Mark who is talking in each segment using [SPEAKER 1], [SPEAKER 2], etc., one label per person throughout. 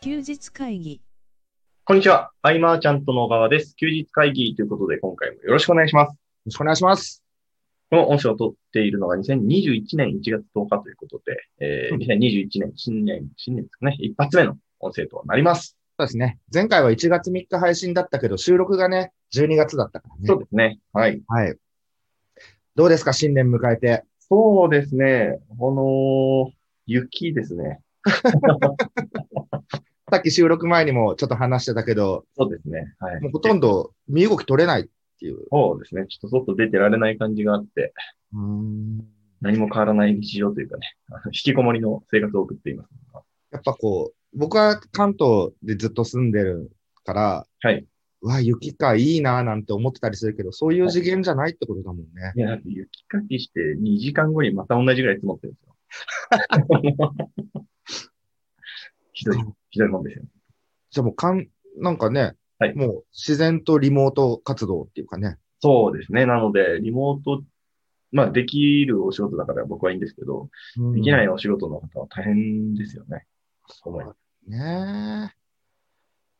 [SPEAKER 1] 休日会議。
[SPEAKER 2] こんにちは。アイマーちゃんと野川です。休日会議ということで、今回もよろしくお願いします。
[SPEAKER 3] よろしくお願いします。
[SPEAKER 2] この音声を撮っているのが2021年1月10日ということで、えー
[SPEAKER 3] うん
[SPEAKER 2] 2021年、新年、新年ですかね、一発目の音声となります。
[SPEAKER 3] そうですね。前回は1月3日配信だったけど、収録がね、12月だったから
[SPEAKER 2] そう
[SPEAKER 3] ね。
[SPEAKER 2] ですね。はい。
[SPEAKER 3] はい。どうですか新年迎えて。
[SPEAKER 2] そうですね。この、雪ですね。
[SPEAKER 3] さっき収録前にもちょっと話してたけど、
[SPEAKER 2] そうですね。はい。
[SPEAKER 3] もうほとんど身動き取れないっていう。
[SPEAKER 2] そうですね。ちょっと外出てられない感じがあって、
[SPEAKER 3] うーん
[SPEAKER 2] 何も変わらない日常というかね、あの引きこもりの生活を送っています。
[SPEAKER 3] やっぱこう、僕は関東でずっと住んでるから、
[SPEAKER 2] はい。
[SPEAKER 3] うわ、雪か、いいな、なんて思ってたりするけど、そういう次元じゃないってことだもんね。
[SPEAKER 2] いや、だって雪かきして2時間後にまた同じぐらい積もってるんですよ。 ひどい、ひどいもんですよ。
[SPEAKER 3] じゃあもうかん、なんかね、
[SPEAKER 2] はい
[SPEAKER 3] もう自然とリモート活動っていうかね。
[SPEAKER 2] そうですね。なので、リモート、まあ、できるお仕事だから僕はいいんですけど、できないお仕事の方は大変ですよね。思います
[SPEAKER 3] ね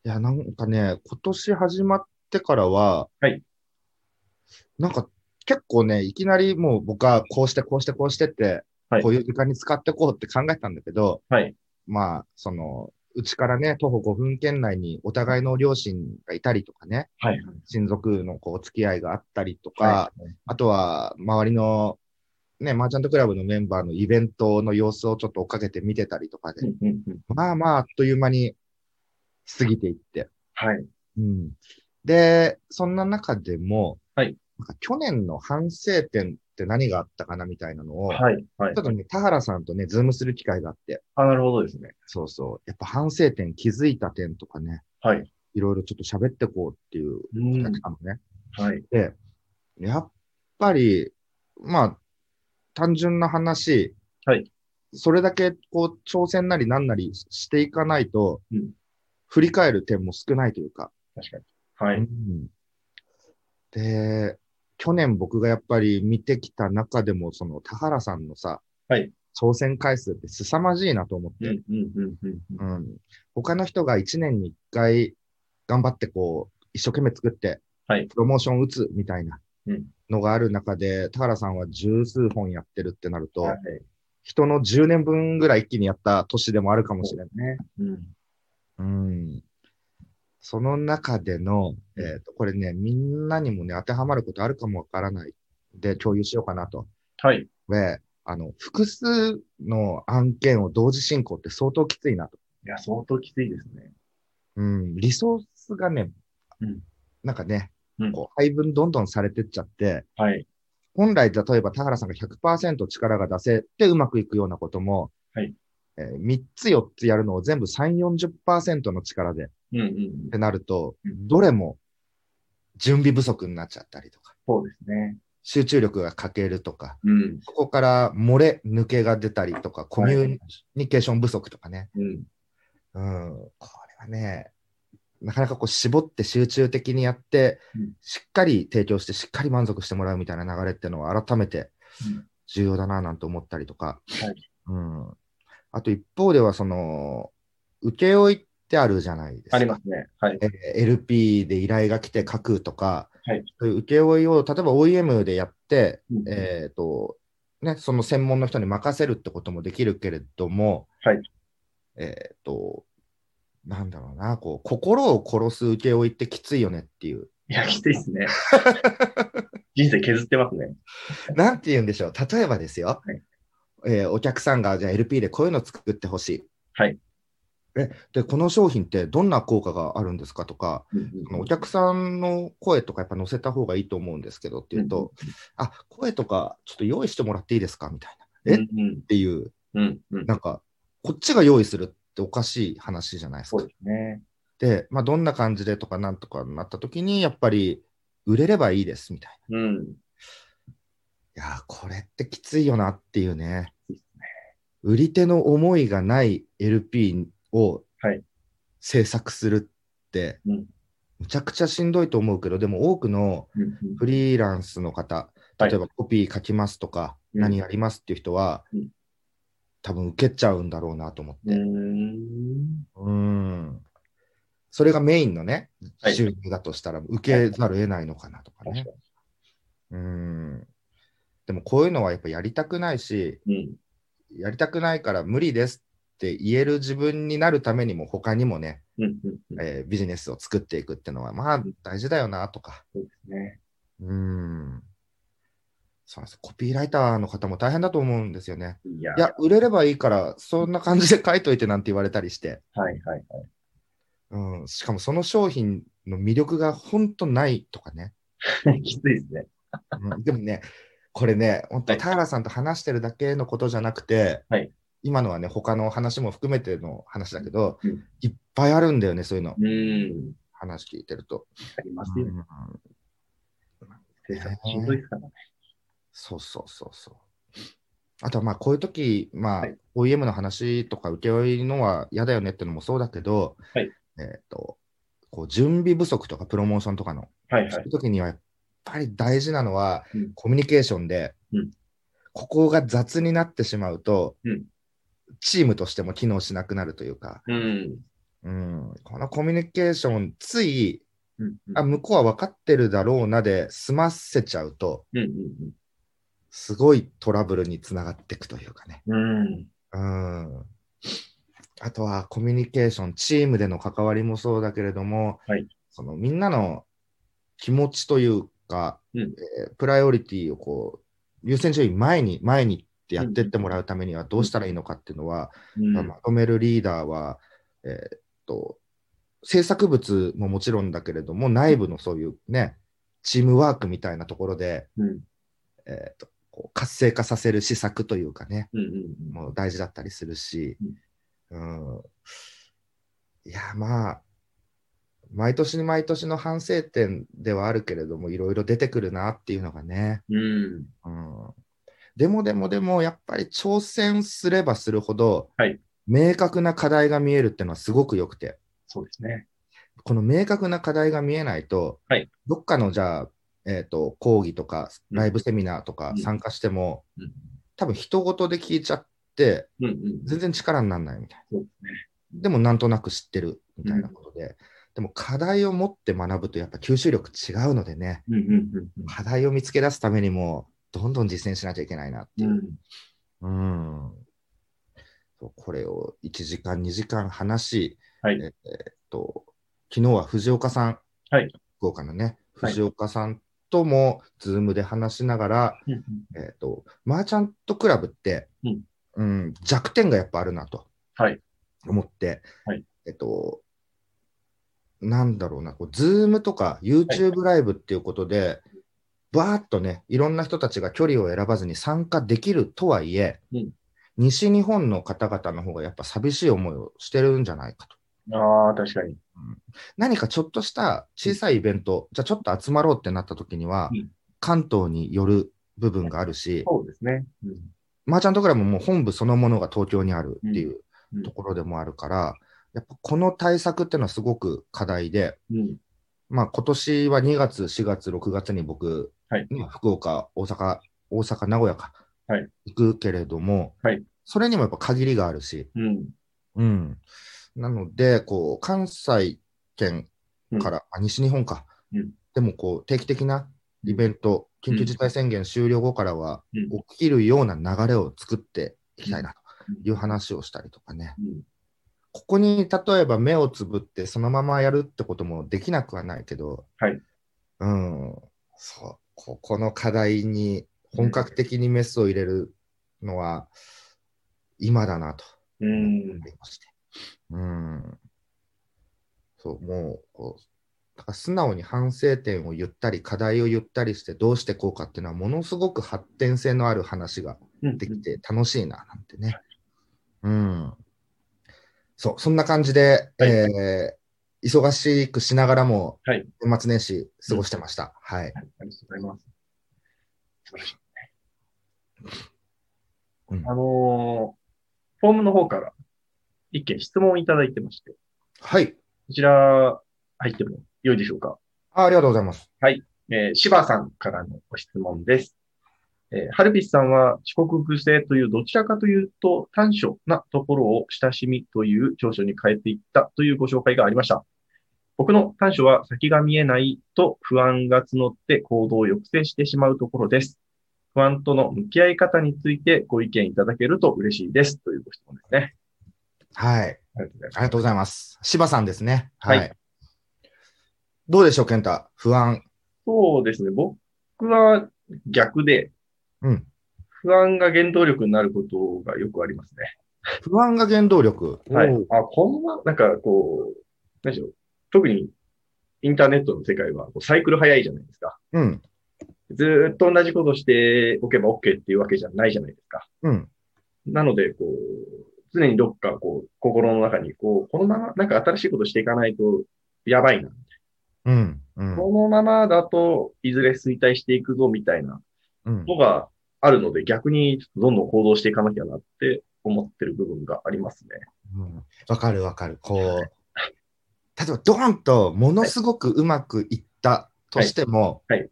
[SPEAKER 3] え。いや、なんかね、今年始まってからは、
[SPEAKER 2] はい
[SPEAKER 3] なんか結構ね、いきなりもう僕はこうしてこうしてこうしてって、
[SPEAKER 2] はい
[SPEAKER 3] こういう時間に使ってこうって考えてたんだけど、
[SPEAKER 2] はい。
[SPEAKER 3] まあ、その、うちからね、徒歩5分圏内にお互いの両親がいたりとかね、
[SPEAKER 2] はい。
[SPEAKER 3] 親族のこう付き合いがあったりとか、
[SPEAKER 2] は
[SPEAKER 3] あとは周りの、ね、マーチャントクラブのメンバーのイベントの様子をちょっと追っかけて見てたりとかで
[SPEAKER 2] い。、うんうんうん
[SPEAKER 3] まあまあ、あっという間に過ぎていって。
[SPEAKER 2] はい。
[SPEAKER 3] うん、で、そんな中でも、
[SPEAKER 2] はい
[SPEAKER 3] なんか去年の反省点って何があったかなみたいなのを、
[SPEAKER 2] はい。はい
[SPEAKER 3] ちょっとね、田原さんとね、ズームする機会があって、
[SPEAKER 2] あ、なるほどですね。
[SPEAKER 3] そうそう、やっぱ反省点、気づいた点とかね、
[SPEAKER 2] はい。
[SPEAKER 3] いろいろちょっと喋ってこうっていう
[SPEAKER 2] うん。
[SPEAKER 3] 形なのね。
[SPEAKER 2] はい。
[SPEAKER 3] で、やっぱり、まあ、単純な話、
[SPEAKER 2] はい
[SPEAKER 3] それだけ、こう、挑戦なりなんなりしていかないと、
[SPEAKER 2] うん
[SPEAKER 3] 振り返る点も少ないというか、
[SPEAKER 2] 確かに。は
[SPEAKER 3] う
[SPEAKER 2] い。
[SPEAKER 3] んで、去年僕がやっぱり見てきた中でも、その、田原さんのさ、
[SPEAKER 2] はい
[SPEAKER 3] 挑戦回数って凄まじいなと思っ
[SPEAKER 2] うん
[SPEAKER 3] て、
[SPEAKER 2] うんうんうんうん。
[SPEAKER 3] うん他の人が1年に1回頑張ってこう、一生懸命作って、
[SPEAKER 2] はい
[SPEAKER 3] プロモーション打つみたいな
[SPEAKER 2] うん
[SPEAKER 3] のがある中で、田原さんは十数本やってるってなると、
[SPEAKER 2] はい。
[SPEAKER 3] 人の10年分ぐらい一気にやった年でもあるかもしれないね。
[SPEAKER 2] うん。
[SPEAKER 3] うんその中での、えっ、と、これね、みんなにもね、当てはまることあるかもわからないで共有しようかなと。
[SPEAKER 2] はい。
[SPEAKER 3] で、あの、複数の案件を同時進行って相当きついなと。
[SPEAKER 2] いや、相当きついですね。
[SPEAKER 3] うん、リソースがね、
[SPEAKER 2] うん
[SPEAKER 3] なんかね、
[SPEAKER 2] うん
[SPEAKER 3] こう配分どんどんされてっちゃって、
[SPEAKER 2] はい。
[SPEAKER 3] 本来例えば田原さんが100%力が出せてうまくいくようなことも、
[SPEAKER 2] はい
[SPEAKER 3] えー3つ4つやるのを全部3、40%の力でっ
[SPEAKER 2] うんうんうん。
[SPEAKER 3] てなると、
[SPEAKER 2] うん
[SPEAKER 3] どれも準備不足になっちゃったりとか、
[SPEAKER 2] そうですね。
[SPEAKER 3] 集中力が欠けるとか、
[SPEAKER 2] うん。
[SPEAKER 3] ここから漏れ抜けが出たりとか、コミュニケーション不足とかね、
[SPEAKER 2] うん。
[SPEAKER 3] うん、これはね、なかなかこう絞って集中的にやって
[SPEAKER 2] うん、
[SPEAKER 3] しっかり提供して、しっかり満足してもらうみたいな流れっていうのは改めて
[SPEAKER 2] うん
[SPEAKER 3] 重要だななんて思ったりとか、
[SPEAKER 2] はい
[SPEAKER 3] うん、あと一方では、その、請負ってあるじゃないですか。
[SPEAKER 2] ありますね。はい。
[SPEAKER 3] えー LP で依頼が来て書くとか、
[SPEAKER 2] はい
[SPEAKER 3] そういう請負を例えば OEM でやって、
[SPEAKER 2] うん
[SPEAKER 3] えーとね、その専門の人に任せるってこともできるけれども、
[SPEAKER 2] はい
[SPEAKER 3] えー、となんだろうなこう、心を殺す請負ってきついよねっていう、
[SPEAKER 2] いや、きついです ね。人生削ってますね。
[SPEAKER 3] なんて言うんでしょう、例えばですよ、
[SPEAKER 2] はい
[SPEAKER 3] えーお客さんがじゃあ LP でこういうの作ってほしい。
[SPEAKER 2] はい
[SPEAKER 3] えでこの商品ってどんな効果があるんですかとか、そのお客さんの声とかやっぱ載せた方がいいと思うんですけどっていうと、あ声とかちょっと用意してもらっていいですかみたいな。え
[SPEAKER 2] う
[SPEAKER 3] っ
[SPEAKER 2] んうん
[SPEAKER 3] ていう、
[SPEAKER 2] うんうん。
[SPEAKER 3] なんか、こっちが用意するっておかしい話じゃないです
[SPEAKER 2] そ
[SPEAKER 3] か
[SPEAKER 2] う。ですね。
[SPEAKER 3] で、まあ、どんな感じでとかなんとかなった時に、やっぱり売れればいいですみたい
[SPEAKER 2] うん。
[SPEAKER 3] な。いやー、これってきついよなっていうね。売り手の思いがない LP を
[SPEAKER 2] はい
[SPEAKER 3] 制作するって、
[SPEAKER 2] うん
[SPEAKER 3] むちゃくちゃしんどいと思うけど、でも多くの
[SPEAKER 2] うんうん
[SPEAKER 3] フリーランスの方、
[SPEAKER 2] はい
[SPEAKER 3] 例えばコピー書きますとか、
[SPEAKER 2] うん
[SPEAKER 3] 何やりますっていう人は、
[SPEAKER 2] うん
[SPEAKER 3] 多分受けちゃうんだろうなと思っ
[SPEAKER 2] う
[SPEAKER 3] て。
[SPEAKER 2] ん。
[SPEAKER 3] うん。それがメインのね
[SPEAKER 2] は、い
[SPEAKER 3] 収入だとしたら受けざるを得ないのかなとか
[SPEAKER 2] 確
[SPEAKER 3] ね
[SPEAKER 2] か。
[SPEAKER 3] うん。でもこういうのはやっぱやりたくないし、
[SPEAKER 2] に。うん。
[SPEAKER 3] やりたくないから無理ですって言える自分になるためにも他にもね、
[SPEAKER 2] うん。うん。うん
[SPEAKER 3] えービジネスを作っていくっていうのはまあ大事だよなとか。
[SPEAKER 2] そうですね。
[SPEAKER 3] うん。そうなんです。コピーライターの方も大変だと思うんですよね。
[SPEAKER 2] いや
[SPEAKER 3] いや、売れればいいから、そんな感じで書いといてなんて言われたりして。
[SPEAKER 2] はいはいはい。
[SPEAKER 3] うん。しかもその商品の魅力が本当ないとかね。
[SPEAKER 2] きつい ですね。
[SPEAKER 3] う んでもね、これね、本
[SPEAKER 2] は
[SPEAKER 3] 当、
[SPEAKER 2] い
[SPEAKER 3] 田原さんと話してるだけのことじゃなくて、
[SPEAKER 2] はい
[SPEAKER 3] 今のはね、他の話も含めての話だけど、
[SPEAKER 2] うん
[SPEAKER 3] いっぱいあるんだよね、そういうの、
[SPEAKER 2] うん。
[SPEAKER 3] 話聞いてると。
[SPEAKER 2] ありますよ
[SPEAKER 3] う。ん
[SPEAKER 2] 制作しんどいですからね。
[SPEAKER 3] そうそうそうそう。あとはまあこういう時、まあ
[SPEAKER 2] はい
[SPEAKER 3] OEM の話とか請負いのは嫌だよねってのもそうだけど、
[SPEAKER 2] はい
[SPEAKER 3] えっ、と、こう準備不足とかプロモーションとかの、
[SPEAKER 2] はい
[SPEAKER 3] そ
[SPEAKER 2] は
[SPEAKER 3] うい。
[SPEAKER 2] いう
[SPEAKER 3] 時にはやっぱり大事なのは、
[SPEAKER 2] うん
[SPEAKER 3] コミュニケーションで、
[SPEAKER 2] うん
[SPEAKER 3] ここが雑になってしまうと、
[SPEAKER 2] うん
[SPEAKER 3] チームとしても機能しなくなるというか、
[SPEAKER 2] うん。
[SPEAKER 3] うん、このコミュニケーション、つい、
[SPEAKER 2] うん。うん
[SPEAKER 3] あ、向こうは分かってるだろうなで済ませちゃうと、
[SPEAKER 2] うん
[SPEAKER 3] すごいトラブルにつながっていくというかね。
[SPEAKER 2] うんうん。うん。
[SPEAKER 3] うん。あとはコミュニケーション、チームでの関わりもそうだけれども、
[SPEAKER 2] はい
[SPEAKER 3] そのみんなの気持ちというか、
[SPEAKER 2] うん
[SPEAKER 3] えープライオリティをこう優先順位前に前にってやってってもらうためにはどうしたらいいのかっていうのは、
[SPEAKER 2] うん。
[SPEAKER 3] まとめるリーダーは、えーっと制作物ももちろんだけれども内部のそういうねチームワークみたいなところで、
[SPEAKER 2] うん。
[SPEAKER 3] えー、とこう活性化させる施策というかね、
[SPEAKER 2] うんうんうん。
[SPEAKER 3] もう大事だったりするし、うん、いや、まあ、毎年毎年の反省点ではあるけれども、いろいろ出てくるなっていうのがね、
[SPEAKER 2] うん。
[SPEAKER 3] うん、でもでもでも、やっぱり挑戦すればするほど、
[SPEAKER 2] はい
[SPEAKER 3] 明確な課題が見えるっていうのはすごく良くて、
[SPEAKER 2] そうですね。
[SPEAKER 3] この明確な課題が見えないと、
[SPEAKER 2] はい
[SPEAKER 3] どっかのじゃあ、えー、と講義とか
[SPEAKER 2] うん
[SPEAKER 3] ライブセミナーとか
[SPEAKER 2] うん
[SPEAKER 3] 参加しても、
[SPEAKER 2] うん。
[SPEAKER 3] 多分人ごとで聞いちゃって、
[SPEAKER 2] うんうん。
[SPEAKER 3] 全然力にならないみたい
[SPEAKER 2] そうですね。
[SPEAKER 3] な。でもなんとなく知ってるみたいなことで、でも課題を持って学ぶとやっぱ吸収力違うのでね、
[SPEAKER 2] うんうんうんうん。
[SPEAKER 3] 課題を見つけ出すためにも、どんどん実践しなきゃいけないなっていうう。
[SPEAKER 2] ん
[SPEAKER 3] うん。そうこれを1時間、2時間話し、
[SPEAKER 2] はい
[SPEAKER 3] えーえーっと、昨日は藤岡さん、
[SPEAKER 2] はい
[SPEAKER 3] 福岡のね、
[SPEAKER 2] はい
[SPEAKER 3] 藤岡さんとも、ズームで話しながら、
[SPEAKER 2] うんうん。
[SPEAKER 3] えっ、と、マーチャントクラブって、
[SPEAKER 2] うん
[SPEAKER 3] うん弱点がやっぱあるなと
[SPEAKER 2] はい
[SPEAKER 3] 思って、
[SPEAKER 2] はい
[SPEAKER 3] えっ、と、なんだろうな、こう、ズームとか YouTube ライブっていうことで、バーっとね、いろんな人たちが距離を選ばずに参加できるとはいえ、
[SPEAKER 2] うん
[SPEAKER 3] 西日本の方々の方がやっぱ寂しい思いをしてるんじゃないかと。
[SPEAKER 2] ああ、確かに。
[SPEAKER 3] 何かちょっとした小さいイベント、じゃあちょっと集まろうってなった時には、
[SPEAKER 2] うん
[SPEAKER 3] 関東による部分があるし、
[SPEAKER 2] そうですね。うん。
[SPEAKER 3] マーチャントクラブも本部そのものが東京にあるっていう
[SPEAKER 2] うんうん
[SPEAKER 3] ところでもあるから、やっぱこの対策っていうのはすごく課題で、
[SPEAKER 2] うん。
[SPEAKER 3] まあ今年は2月、4月、6月に僕、
[SPEAKER 2] はい
[SPEAKER 3] まあ福岡、大阪、大阪、名古屋か、
[SPEAKER 2] はい
[SPEAKER 3] 行くけれども、
[SPEAKER 2] はい
[SPEAKER 3] それにもやっぱ限りがあるし、
[SPEAKER 2] うん。
[SPEAKER 3] うん、なので、こう関西圏から、あ西日本か、
[SPEAKER 2] うん
[SPEAKER 3] でもこう定期的なイベント、緊急事態宣言終了後からは、
[SPEAKER 2] うん。
[SPEAKER 3] 起きるような流れを作っていきたいなという話をしたりとかね、
[SPEAKER 2] うん。
[SPEAKER 3] ここに例えば目をつぶって、そのままやるってこともできなくはないけど、
[SPEAKER 2] はい
[SPEAKER 3] うん、そう、ここの課題に本格的にメスを入れるのは、今だなと
[SPEAKER 2] うん
[SPEAKER 3] 思。いまして。うん、そう、もうこう、だから素直に反省点を言ったり、課題を言ったりして、どうしてこうかっていうのは、ものすごく発展性のある話が
[SPEAKER 2] うん
[SPEAKER 3] できて楽しいな、なんてね。うん。そう、そんな感じで、
[SPEAKER 2] はい
[SPEAKER 3] えー忙しくしながらも、
[SPEAKER 2] はい
[SPEAKER 3] 年末年始過ごしてました。はい。
[SPEAKER 2] はいありがとうございます。素晴らしい
[SPEAKER 3] うん
[SPEAKER 2] あのーフォームの方から一件質問いただいてまして、
[SPEAKER 3] はい。
[SPEAKER 2] こちら入ってもよいでしょうか。
[SPEAKER 3] あありがとうございます。
[SPEAKER 2] えー、柴さんからのご質問です。えー、ハルビスさんは遅刻癖というどちらかというと短所なところを親しみという長所に変えていったというご紹介がありました。僕の短所は先が見えないと不安が募って行動を抑制してしまうところです。不安との向き合い方についてご意見いただけると嬉しいですというご質問ですね。
[SPEAKER 3] はい。
[SPEAKER 2] ありが
[SPEAKER 3] ありがとうございます。柴さんですね。はい。
[SPEAKER 2] はい
[SPEAKER 3] どうでしょう、健太。不安。
[SPEAKER 2] そうですね。僕は逆で、
[SPEAKER 3] うん。
[SPEAKER 2] 不安が原動力になることがよくありますね。
[SPEAKER 3] 不安が原動力。
[SPEAKER 2] はい
[SPEAKER 3] おー。
[SPEAKER 2] あ、こんな、なんかこう、何でしょう。特にインターネットの世界はこうサイクル早いじゃないですか。
[SPEAKER 3] うん。
[SPEAKER 2] ずーっと同じことしておけば OK っていうわけじゃないじゃないですか。
[SPEAKER 3] うん。
[SPEAKER 2] なので、こう、常にどっかこう、心の中に、こう、このまま、なんか新しいことしていかないと、やばいな。
[SPEAKER 3] うん。うん。
[SPEAKER 2] このままだといずれ衰退していくぞみたいな
[SPEAKER 3] うん
[SPEAKER 2] のがあるので、逆にどんどん行動していかなきゃなって思ってる部分がありますね。
[SPEAKER 3] うんわかるわかる。こう、例えばドーンとものすごくうまくいったとしても、
[SPEAKER 2] はいはい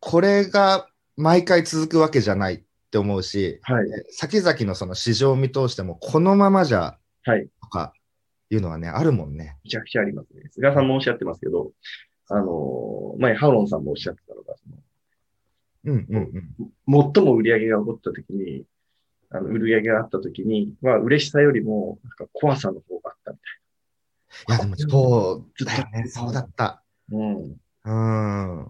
[SPEAKER 3] これが毎回続くわけじゃないって思うし、
[SPEAKER 2] はい。
[SPEAKER 3] 先々のその市場を見通しても、このままじゃ、
[SPEAKER 2] はい
[SPEAKER 3] とかいうのはね、あるもんね。
[SPEAKER 2] めちゃくちゃありますね。菅さんもおっしゃってますけど、あのー前、ハロンさんもおっしゃってたのが、そ
[SPEAKER 3] うんうんうん。
[SPEAKER 2] の最も売り上げが起こった時に、あの売り上げがあった時に、まあ、嬉しさよりも、なんか怖さの方があったみ
[SPEAKER 3] いや、でもそう
[SPEAKER 2] ずっ
[SPEAKER 3] だ
[SPEAKER 2] と
[SPEAKER 3] よね、そうだった。
[SPEAKER 2] たいな。うん。
[SPEAKER 3] うん。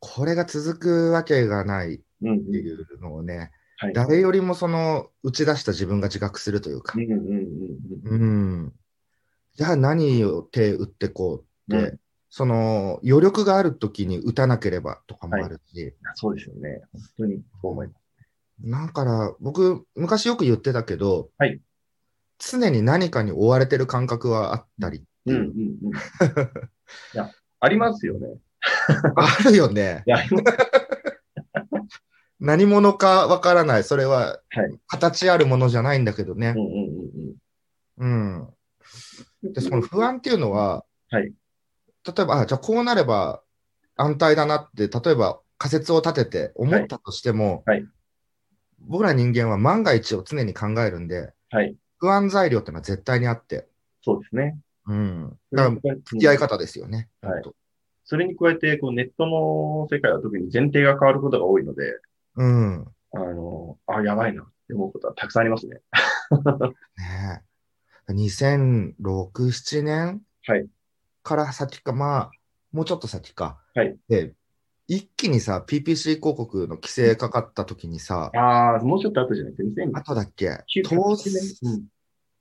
[SPEAKER 3] これが続くわけがないっ
[SPEAKER 2] うん、う
[SPEAKER 3] て
[SPEAKER 2] ん。
[SPEAKER 3] いうのをね、
[SPEAKER 2] はい。
[SPEAKER 3] 誰よりもその打ち出した自分が自覚するというか
[SPEAKER 2] うん、うんうん
[SPEAKER 3] うん。じゃあ何を手打ってこう
[SPEAKER 2] うん。
[SPEAKER 3] って、
[SPEAKER 2] うん
[SPEAKER 3] その余力がある時に打たなければとかもあるし、
[SPEAKER 2] そうですよね。本当にそう思います。
[SPEAKER 3] だから僕、昔よく言ってたけど、
[SPEAKER 2] はい
[SPEAKER 3] 常に何かに追われてる感覚はあったり、
[SPEAKER 2] うん うんうん。いや、ありますよね。
[SPEAKER 3] あるよね
[SPEAKER 2] い。や、あります
[SPEAKER 3] 何者かわからない、それは
[SPEAKER 2] はい
[SPEAKER 3] 形あるものじゃないんだけどね
[SPEAKER 2] うん。うんうんうん。
[SPEAKER 3] うん、でその不安っていうのは、
[SPEAKER 2] はい
[SPEAKER 3] 例えばあじゃあこうなれば安泰だなって例えば仮説を立てて思ったとしても、
[SPEAKER 2] はいはい
[SPEAKER 3] 僕ら人間は万が一を常に考えるんで
[SPEAKER 2] はい。
[SPEAKER 3] 不安材料ってのは絶対にあって、
[SPEAKER 2] そうですね。
[SPEAKER 3] うん、だから付き合い方ですよね。
[SPEAKER 2] はい
[SPEAKER 3] 本
[SPEAKER 2] それに加えて、こうネットの世界は特に前提が変わることが多いので、
[SPEAKER 3] 当うんね
[SPEAKER 2] あの、あ、やばいなって思うことはたくさんありますね。
[SPEAKER 3] え2006、7年
[SPEAKER 2] はい
[SPEAKER 3] から先か、まあ、もうちょっと先か。
[SPEAKER 2] はい
[SPEAKER 3] で、一気にさ、PPC 広告の規制かかった時にさ、
[SPEAKER 2] ああ、もうちょっと後じゃなくて、
[SPEAKER 3] あ
[SPEAKER 2] 2009
[SPEAKER 3] とだっけ倒
[SPEAKER 2] 年。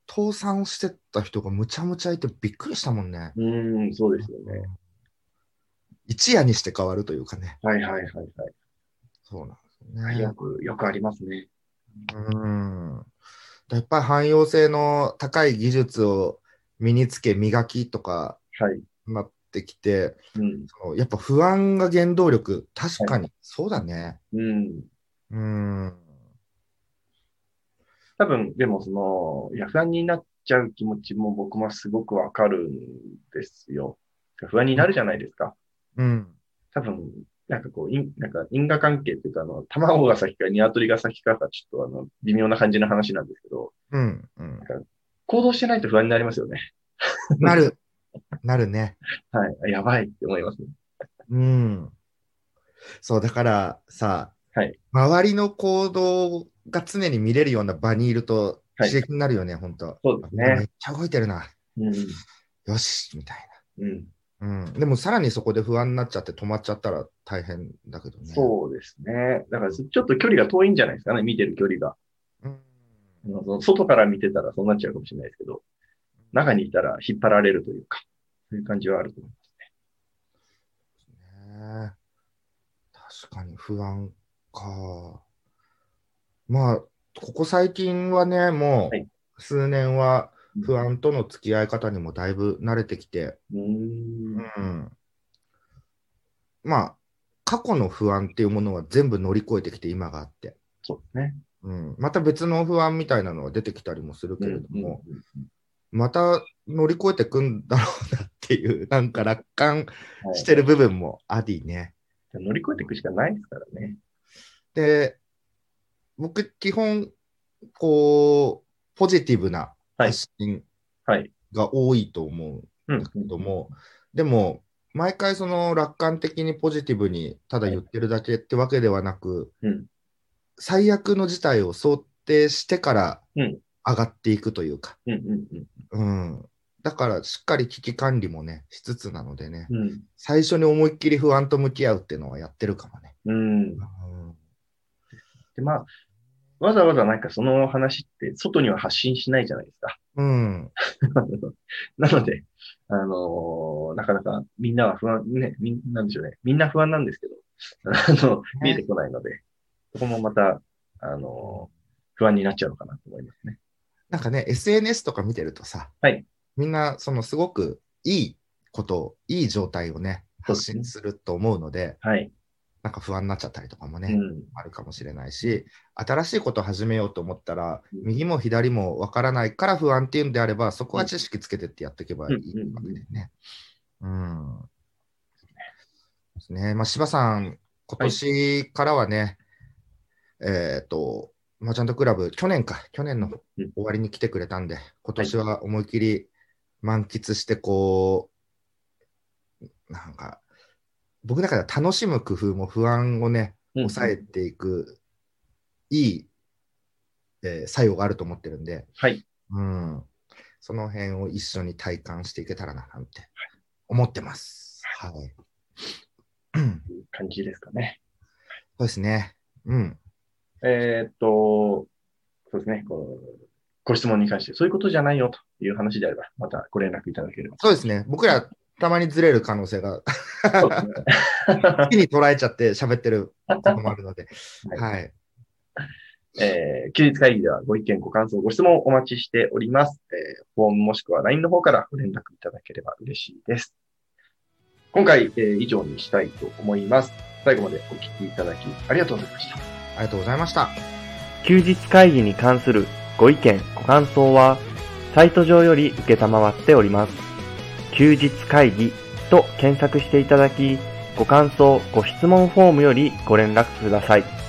[SPEAKER 3] 倒産をしてった人がむちゃむちゃいてびっくりしたもんね。
[SPEAKER 2] うん、うん、そうですよね。
[SPEAKER 3] 一夜にして変わるというかね。
[SPEAKER 2] はいはいはいはい。
[SPEAKER 3] そうな
[SPEAKER 2] は
[SPEAKER 3] ん
[SPEAKER 2] い
[SPEAKER 3] です
[SPEAKER 2] よ
[SPEAKER 3] ね。
[SPEAKER 2] く、よくありますね。
[SPEAKER 3] うん。やっぱり汎用性の高い技術を身につけ磨きとか
[SPEAKER 2] はい。
[SPEAKER 3] なってきて、
[SPEAKER 2] うん。
[SPEAKER 3] そのやっぱ不安が原動力、確かにそうだね。
[SPEAKER 2] うん。
[SPEAKER 3] うん。
[SPEAKER 2] 多分、でもその、いや、不安になっちゃう気持ちも僕もすごくわかるんですよ。不安になるじゃないですか。
[SPEAKER 3] うん。
[SPEAKER 2] 多分、なんかこう、因なんか因果関係っていうか、あの、卵が先か鶏が先かがちょっとあの、微妙な感じの話なんですけど、
[SPEAKER 3] うん。うん、
[SPEAKER 2] 行動してないと不安になりますよね。
[SPEAKER 3] なる。なるね。
[SPEAKER 2] はい。あやばいって思いますね。
[SPEAKER 3] うん。そう、だからさ、
[SPEAKER 2] はい
[SPEAKER 3] 周りの行動が常に見れるような場にいると
[SPEAKER 2] はい
[SPEAKER 3] 刺激になるよね、本当。
[SPEAKER 2] そうです
[SPEAKER 3] め
[SPEAKER 2] ね
[SPEAKER 3] っ。ちゃ動いてるな。
[SPEAKER 2] うん。
[SPEAKER 3] よし、みたい
[SPEAKER 2] うん。
[SPEAKER 3] な。うん。でも、さらにそこで不安になっちゃって止まっちゃったら大変だけどね。
[SPEAKER 2] そうですね。だから、ちょっと距離が遠いんじゃないですかね、見てる距離が。
[SPEAKER 3] う。
[SPEAKER 2] あ
[SPEAKER 3] ん、
[SPEAKER 2] のその外から見てたらそうなっちゃうかもしれないですけど、中にいたら引っ張られるというか、そういう感じはあると思います。
[SPEAKER 3] ね確かに不安か。まあ、ここ最近はね、も
[SPEAKER 2] はいう
[SPEAKER 3] 数年は不安との付き合い方にもだいぶ慣れてきて、
[SPEAKER 2] うーん。
[SPEAKER 3] うんまあ、過去の不安っていうものは全部乗り越えてきて、今があって、
[SPEAKER 2] そうですね。
[SPEAKER 3] うん、また別の不安みたいなのは出てきたりもするけれど
[SPEAKER 2] うん
[SPEAKER 3] も、また乗り越えてくんだろうなっていう、なんか楽観
[SPEAKER 2] はい
[SPEAKER 3] してる部分もありね。
[SPEAKER 2] 乗り越えていくしかないですからね。
[SPEAKER 3] で、僕、基本、こう、ポジティブな発信
[SPEAKER 2] はい。
[SPEAKER 3] が多いと思うん
[SPEAKER 2] うん
[SPEAKER 3] だけども、でも、毎回その楽観的にポジティブにただ言ってるだけってわけではなく、
[SPEAKER 2] うん
[SPEAKER 3] 最悪の事態を想定してから
[SPEAKER 2] うん
[SPEAKER 3] 上がっていくというか、
[SPEAKER 2] うんうん
[SPEAKER 3] うん、だからしっかり危機管理もね、しつつなのでね、
[SPEAKER 2] うん。うん
[SPEAKER 3] 最初に思いっきり不安と向き合うっていうのはやってるかもね。
[SPEAKER 2] うん。
[SPEAKER 3] うん
[SPEAKER 2] で、まあ、わざわざなんかその話って外には発信しないじゃないですか。
[SPEAKER 3] うん、
[SPEAKER 2] なので、あのーなかなかみんなは不安、ね、みんなんでしょうね。みんな不安なんですけど、 あの、見えてこないので、そこもまた、あのー不安になっちゃうのかなと思いますね。
[SPEAKER 3] なんかね、SNS とか見てるとさ、
[SPEAKER 2] はい
[SPEAKER 3] みんな、そのすごくいいことを、いい状態をね、
[SPEAKER 2] そう
[SPEAKER 3] 発
[SPEAKER 2] ですね
[SPEAKER 3] 信すると思うので、
[SPEAKER 2] はい。
[SPEAKER 3] なんか不安になっちゃったりとかも
[SPEAKER 2] う
[SPEAKER 3] ね、
[SPEAKER 2] ん。
[SPEAKER 3] あるかもしれないし、新しいことを始めようと思ったら、
[SPEAKER 2] うん
[SPEAKER 3] 右も左もわからないから不安っていうんであれば、そこは知識つけてってやっていけばいいわけでね。うん。ですね。まあ、柴さん、今年からはね、えっ、と、マーチャントクラブ、去年か、去年の終
[SPEAKER 2] うん
[SPEAKER 3] わりに来てくれたんで、今年は思いっきり満喫して、こう、なんか、僕の中では楽しむ工夫も不安をね、抑えていく、いい、えー作用があると思ってるんで、
[SPEAKER 2] はい。
[SPEAKER 3] うん、その辺を一緒に体感していけたらな、なんて思ってます。はい。 うん
[SPEAKER 2] 感じですかね。
[SPEAKER 3] そうですね。うん。
[SPEAKER 2] えーっと、そうですね。こうご質問に関して、そういうことじゃないよという話であれば、またご連絡いただけ れば。
[SPEAKER 3] そうですね。僕ら、たまにずれる可能性 が、
[SPEAKER 2] そうですね
[SPEAKER 3] 好きに捉えちゃって喋ってることもあるので、
[SPEAKER 2] は
[SPEAKER 3] はい。
[SPEAKER 2] えー休日会議ではご意見、ご感想、ご質問をお待ちしております。えーフォームもしくは LINE の方からご連絡いただければ嬉しいです。今回、えー以上にしたいと思います。最後までお聞きいただきありがとうございました。
[SPEAKER 3] ありがとうございました。
[SPEAKER 1] 休日会議に関するご意見、ご感想は、サイト上より受けたまわっております。休日会議と検索していただき、ご感想、ご質問フォームよりご連絡ください。